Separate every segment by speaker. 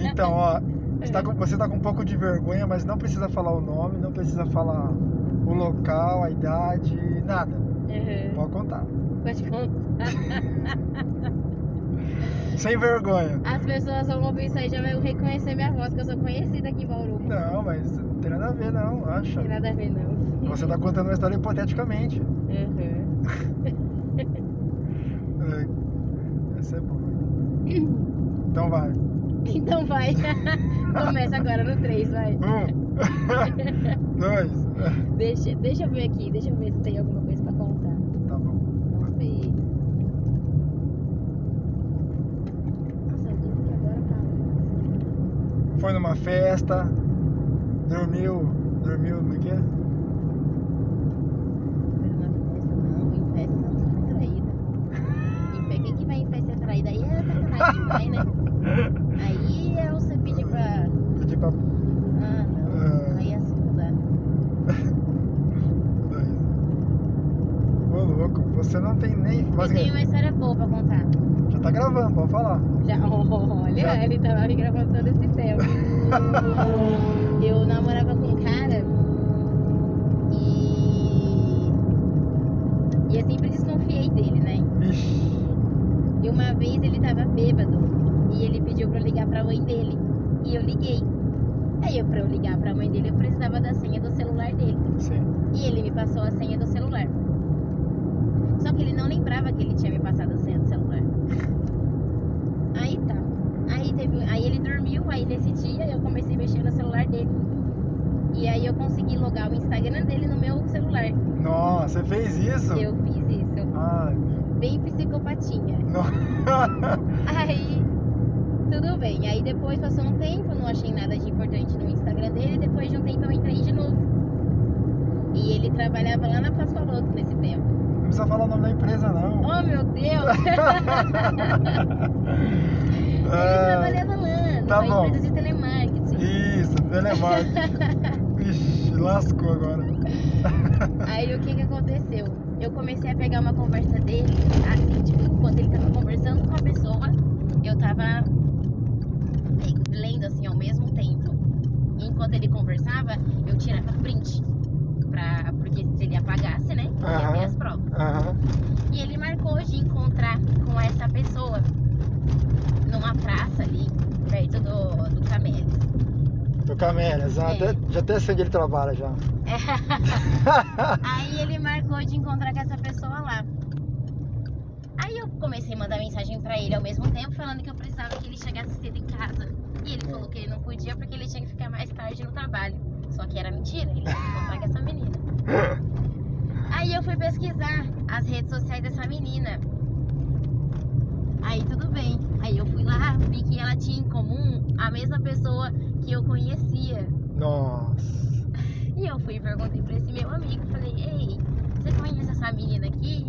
Speaker 1: Então, ó, você
Speaker 2: É.
Speaker 1: tá, com, você tá com um pouco de vergonha, mas não precisa falar o nome, não precisa falar o local, a idade, nada.
Speaker 2: Uhum. tipo,
Speaker 1: Pode contar.
Speaker 2: Pode contar.
Speaker 1: Sem vergonha.
Speaker 2: As pessoas vão ouvir isso aí já vão reconhecer minha voz, que eu sou conhecida aqui em Bauru. Não
Speaker 1: Não, mas não tem nada a ver, não, acha?
Speaker 2: tem nada a ver, não.
Speaker 1: Você tá contando uma história hipoteticamente.
Speaker 2: Uhum.
Speaker 1: É, Essa é boa. Então vai.
Speaker 2: Então vai. Começa agora no 3, vai.
Speaker 1: Um, dois.
Speaker 2: Deixa, deixa eu ver aqui, deixa eu ver se tem alguma coisa pra contar.
Speaker 1: Tá bom.
Speaker 2: Vamos ver. Nossa, eu tô aqui agora, tá cara.
Speaker 1: Foi numa festa, dormiu, dormiu no quê?
Speaker 2: Não, festa não, em festa tá não se faz traída. Em fe- Quem que vai em festa é traída? Aí é sacanagem demais, né? Aí é você pedir pra.
Speaker 1: Pedi pra
Speaker 2: Ah, não. Aí assim não dá.
Speaker 1: dois. Ô louco, você não tem nem. Mas
Speaker 2: Eu tenho uma história boa pra contar.
Speaker 1: já tá gravando, pode falar.
Speaker 2: Já, olha,
Speaker 1: Já.
Speaker 2: ele tava me gravando todo esse tempo. Eu namorava com um cara e. E eu sempre desconfiei dele, né?
Speaker 1: Ixi.
Speaker 2: E uma vez ele tava bêbado e ele pediu pra eu ligar pra mãe dele. E eu liguei. Aí eu, pra eu ligar pra mãe dele, eu precisava da senha do celular dele.
Speaker 1: Sim.
Speaker 2: E ele me passou a senha do celular. Só que ele não lembrava que ele tinha me passado a senha do celular. Aí tá. Aí, teve, aí ele dormiu, aí nesse dia eu comecei a mexer no celular dele. E aí eu consegui logar o Instagram dele no meu celular.
Speaker 1: Então. Nossa, você fez isso?
Speaker 2: Eu fiz isso.
Speaker 1: Ai, meu.
Speaker 2: Bem psicopatinha.
Speaker 1: Nossa.
Speaker 2: Aí, tudo bem. Aí depois passou um tempo, não achei nada de importante no Instagram dele. Depois de um tempo eu entrei de novo. E ele trabalhava lá na Pascoaloto nesse tempo.
Speaker 1: Não precisa falar o nome da empresa, não.
Speaker 2: Oh, meu Deus! ele
Speaker 1: Ah,
Speaker 2: trabalhava lá,
Speaker 1: tá
Speaker 2: numa
Speaker 1: bom.
Speaker 2: empresa de telemarketing.
Speaker 1: Isso, telemarketing. Ixi, lascou agora.
Speaker 2: Aí o que que aconteceu? Eu comecei a pegar uma conversa dele, assim, tipo, enquanto ele tava conversando com a pessoa, eu tava lendo, assim, ao mesmo tempo. E enquanto ele conversava, eu tirava print, pra, porque se ele apagasse, né, ia ter
Speaker 1: Aham.
Speaker 2: as provas.
Speaker 1: Aham.
Speaker 2: E ele marcou de encontrar com essa pessoa numa praça ali, perto do, do Camelis.
Speaker 1: Do Camélia, já, até, já até sei onde ele trabalha já.
Speaker 2: Aí ele marcou de encontrar com essa pessoa lá. Aí eu comecei a mandar mensagem pra ele ao mesmo tempo, falando que eu precisava que ele chegasse cedo em casa. E ele falou que ele não podia porque ele tinha que ficar mais tarde no trabalho. Só que era mentira, ele tinha que encontrar com essa menina. Aí eu fui pesquisar as redes sociais dessa menina. Aí tudo bem. Aí eu fui lá, vi que ela tinha em comum a mesma pessoa que eu conhecia.
Speaker 1: Nossa.
Speaker 2: E eu fui e perguntei pra esse meu amigo, falei, ei, você conhece essa menina aqui?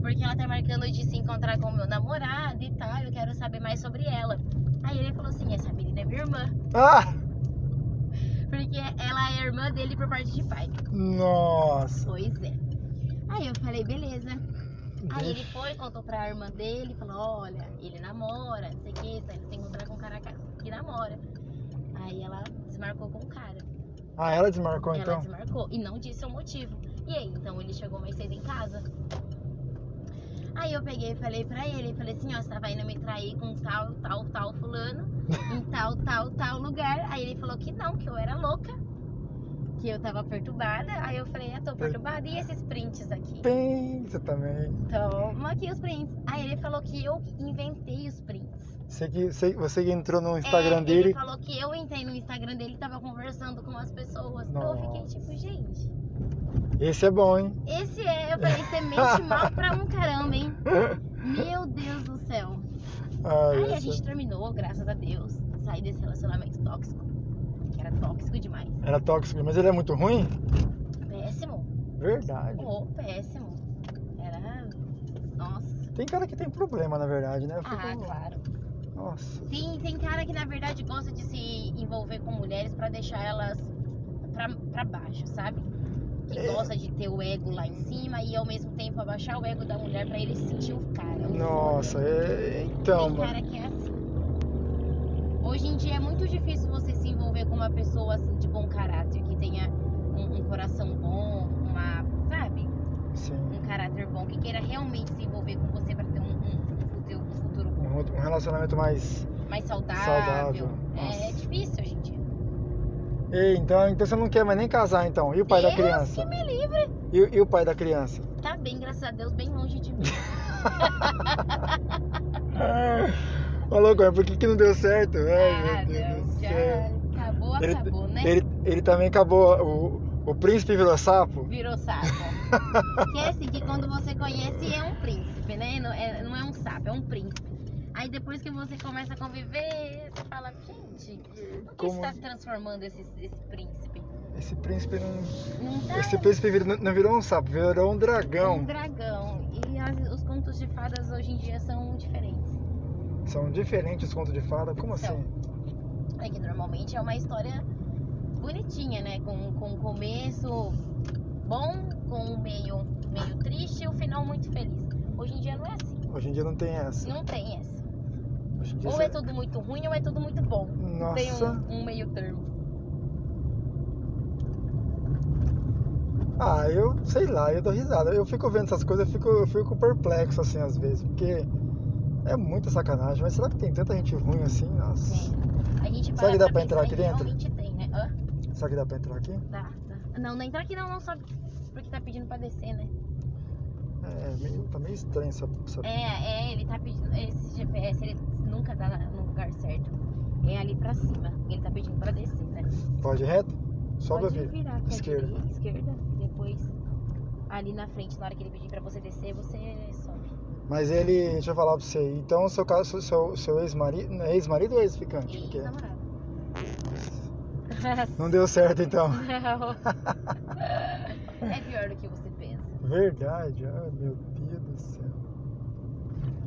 Speaker 2: Porque ela tá marcando de se encontrar com o meu namorado e tal, eu quero saber mais sobre ela. Aí ele falou assim, essa menina é minha irmã,
Speaker 1: Ah!
Speaker 2: porque ela é irmã dele por parte de pai.
Speaker 1: Nossa.
Speaker 2: Pois é. Aí eu falei, beleza. Aí ele foi, contou pra irmã dele, falou, olha, ele namora, não sei o que, tá indo se encontrar com um cara que namora. Aí ela se marcou com o cara.
Speaker 1: Ah, ela desmarcou
Speaker 2: ela
Speaker 1: então?
Speaker 2: desmarcou e não disse o motivo. E aí, então ele chegou mais cedo em casa. Aí eu peguei e falei pra ele, falei assim, ó, você tava indo me trair com tal, tal, tal fulano, em tal, tal, tal lugar. Aí ele falou que não, que eu era louca, que eu tava perturbada. Aí eu falei, eu tô perturbada, e esses prints aqui?
Speaker 1: Pensa também.
Speaker 2: Toma aqui os prints. Aí ele falou que eu inventei os prints.
Speaker 1: Você que, você, você que entrou no Instagram
Speaker 2: É,
Speaker 1: dele.
Speaker 2: Ele falou que eu entrei no Instagram dele e tava conversando com as pessoas. Então eu fiquei tipo, gente...
Speaker 1: Esse é bom, hein?
Speaker 2: Esse é, eu falei, semente mal pra um caramba, hein? Meu Deus do céu.
Speaker 1: Ah,
Speaker 2: Aí a
Speaker 1: esse-
Speaker 2: gente terminou, graças a Deus. Saí desse relacionamento tóxico. Que era tóxico demais.
Speaker 1: Era tóxico, mas ele é muito ruim? É.
Speaker 2: Péssimo.
Speaker 1: Verdade.
Speaker 2: Ô, péssimo. Era. Nossa.
Speaker 1: Tem cara que tem problema, na verdade, né? Eu fico-
Speaker 2: Ah, claro.
Speaker 1: Nossa.
Speaker 2: Tem, tem cara que na verdade gosta de se envolver com mulheres pra deixar elas pra, pra baixo, sabe? Que
Speaker 1: É.
Speaker 2: gosta de ter o ego lá em cima e ao mesmo tempo abaixar o ego da mulher pra ele sentir o cara. o foda.
Speaker 1: Nossa, é... então,
Speaker 2: Tem
Speaker 1: mano.
Speaker 2: cara que é assim. Hoje hoje em dia é muito difícil você se envolver com uma pessoa assim de bom caráter, que tenha um, um coração bom, uma, sabe,
Speaker 1: Sim.
Speaker 2: um caráter bom, que queira realmente se envolver com você pra ter um, um- um futuro, um futuro
Speaker 1: Um, outro- um relacionamento mais.
Speaker 2: mais saudável.
Speaker 1: Saudável,
Speaker 2: É, é
Speaker 1: nossa.
Speaker 2: difícil hoje em dia.
Speaker 1: Ei, então, então você não quer mais nem casar então? E o pai da
Speaker 2: Deus
Speaker 1: criança?
Speaker 2: que me livre.
Speaker 1: E, e o pai da criança?
Speaker 2: Tá bem, graças a Deus, bem longe de mim.
Speaker 1: Ô louco, mas por que, que não deu certo?
Speaker 2: ah,
Speaker 1: Ai, meu Deus
Speaker 2: não,
Speaker 1: do
Speaker 2: já
Speaker 1: céu.
Speaker 2: acabou,
Speaker 1: Ele-
Speaker 2: acabou, né?
Speaker 1: Ele, ele também acabou. O, o príncipe virou sapo?
Speaker 2: Virou sapo. que é assim, que quando você conhece é um príncipe, né? Não é, não é um sapo, é um príncipe. Aí depois que você começa a conviver, você fala, gente, o que
Speaker 1: Como-
Speaker 2: está se transformando esse, esse príncipe?
Speaker 1: Esse príncipe não.
Speaker 2: Não tá
Speaker 1: Esse príncipe vir- não virou um sapo, virou um
Speaker 2: um
Speaker 1: dragão.
Speaker 2: dragão. E as- os contos de fadas hoje em dia são diferentes.
Speaker 1: São diferentes os contos de fada? Como
Speaker 2: São.
Speaker 1: assim?
Speaker 2: É que normalmente é uma história bonitinha, né? Com, com um começo bom, com um meio, meio triste e um final muito feliz. Hoje em dia não é assim.
Speaker 1: Hoje em dia não tem essa.
Speaker 2: Não tem essa.
Speaker 1: Hoje em dia
Speaker 2: Ou
Speaker 1: você-
Speaker 2: é tudo muito ruim ou é tudo muito bom. Não Tem
Speaker 1: Nossa.
Speaker 2: um, um meio termo.
Speaker 1: Ah, eu sei lá, eu dou risada. Eu fico vendo essas coisas, eu fico, eu fico perplexo assim às vezes, porque é muita sacanagem. Mas será que tem tanta gente ruim assim? Nossa.
Speaker 2: Tem. A gente
Speaker 1: Será
Speaker 2: para
Speaker 1: que dá
Speaker 2: pra
Speaker 1: pra entrar aqui
Speaker 2: pensar e
Speaker 1: dentro?
Speaker 2: Realmente tem, né? Hã?
Speaker 1: Será que dá pra entrar aqui?
Speaker 2: Dá, dá. Não, não entra aqui não, não sobe. Porque tá pedindo pra descer, né?
Speaker 1: É, meio, tá meio estranho essa. essa...
Speaker 2: É, é, ele tá pedindo. Esse GPS ele nunca tá na- no lugar certo. É ali pra cima. Ele tá pedindo pra descer, né?
Speaker 1: Pode ir reto? Sobe
Speaker 2: Pode
Speaker 1: ou vira?
Speaker 2: virar, pode
Speaker 1: Esquerda.
Speaker 2: vir esquerda. E depois ali na frente, na hora que ele pedir pra você descer, você sobe.
Speaker 1: Mas ele, deixa eu falar pra você, então seu caso, seu, seu ex-marido, não é ex-marido ou ex-ficante?
Speaker 2: E
Speaker 1: Porque
Speaker 2: namorado.
Speaker 1: Não deu certo então.
Speaker 2: Não. é pior do que você pensa.
Speaker 1: Verdade, ai meu Deus do céu.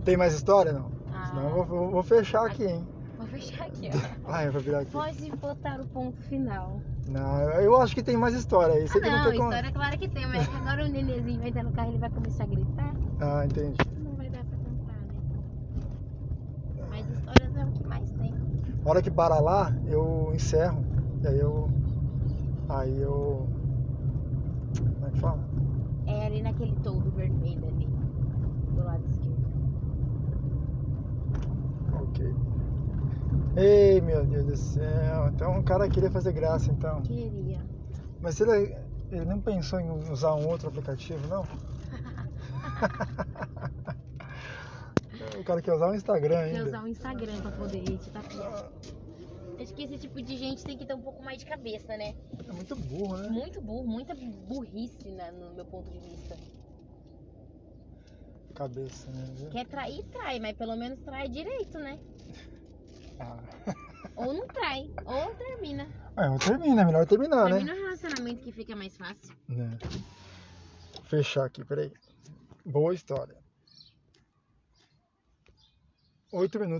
Speaker 1: Tem mais história não?
Speaker 2: Ah.
Speaker 1: Senão eu vou, vou- vou fechar aqui, hein?
Speaker 2: Vou fechar aqui, ó.
Speaker 1: Ai, eu vou virar aqui.
Speaker 2: Pode botar o ponto final.
Speaker 1: Não, eu acho que tem mais história aí. Você
Speaker 2: ah,
Speaker 1: que
Speaker 2: não,
Speaker 1: não quer con-
Speaker 2: história claro que tem, mas é que agora o nenenzinho vai entrar no carro e ele vai começar a gritar.
Speaker 1: Ah, entendi.
Speaker 2: Não vai dar pra contar, né? Mas histórias é o que mais tem.
Speaker 1: A hora que parar lá, eu encerro. E aí eu. Aí eu. Como é que fala?
Speaker 2: É ali naquele todo vermelho ali, do lado esquerdo.
Speaker 1: Ok. Ei, meu Deus do céu. Então o cara queria fazer graça, então.
Speaker 2: Queria.
Speaker 1: Mas ele, ele não pensou em usar um outro aplicativo, não? o cara quer usar o Instagram
Speaker 2: Queria
Speaker 1: ainda.
Speaker 2: usar o Instagram pra poder editar tudo. Acho que esse tipo de gente tem que ter um pouco mais de cabeça, né?
Speaker 1: É muito burro, né?
Speaker 2: Muito burro, muita burrice na- no meu ponto de vista.
Speaker 1: Cabeça, né?
Speaker 2: Quer trair, trai, mas pelo menos trai direito, né?
Speaker 1: Ah.
Speaker 2: Ou não trai, ou termina.
Speaker 1: É, eu termino, é melhor terminar, né?
Speaker 2: termina o relacionamento que fica mais fácil.
Speaker 1: né? Vou fechar aqui, peraí. Boa história. Oito minutos.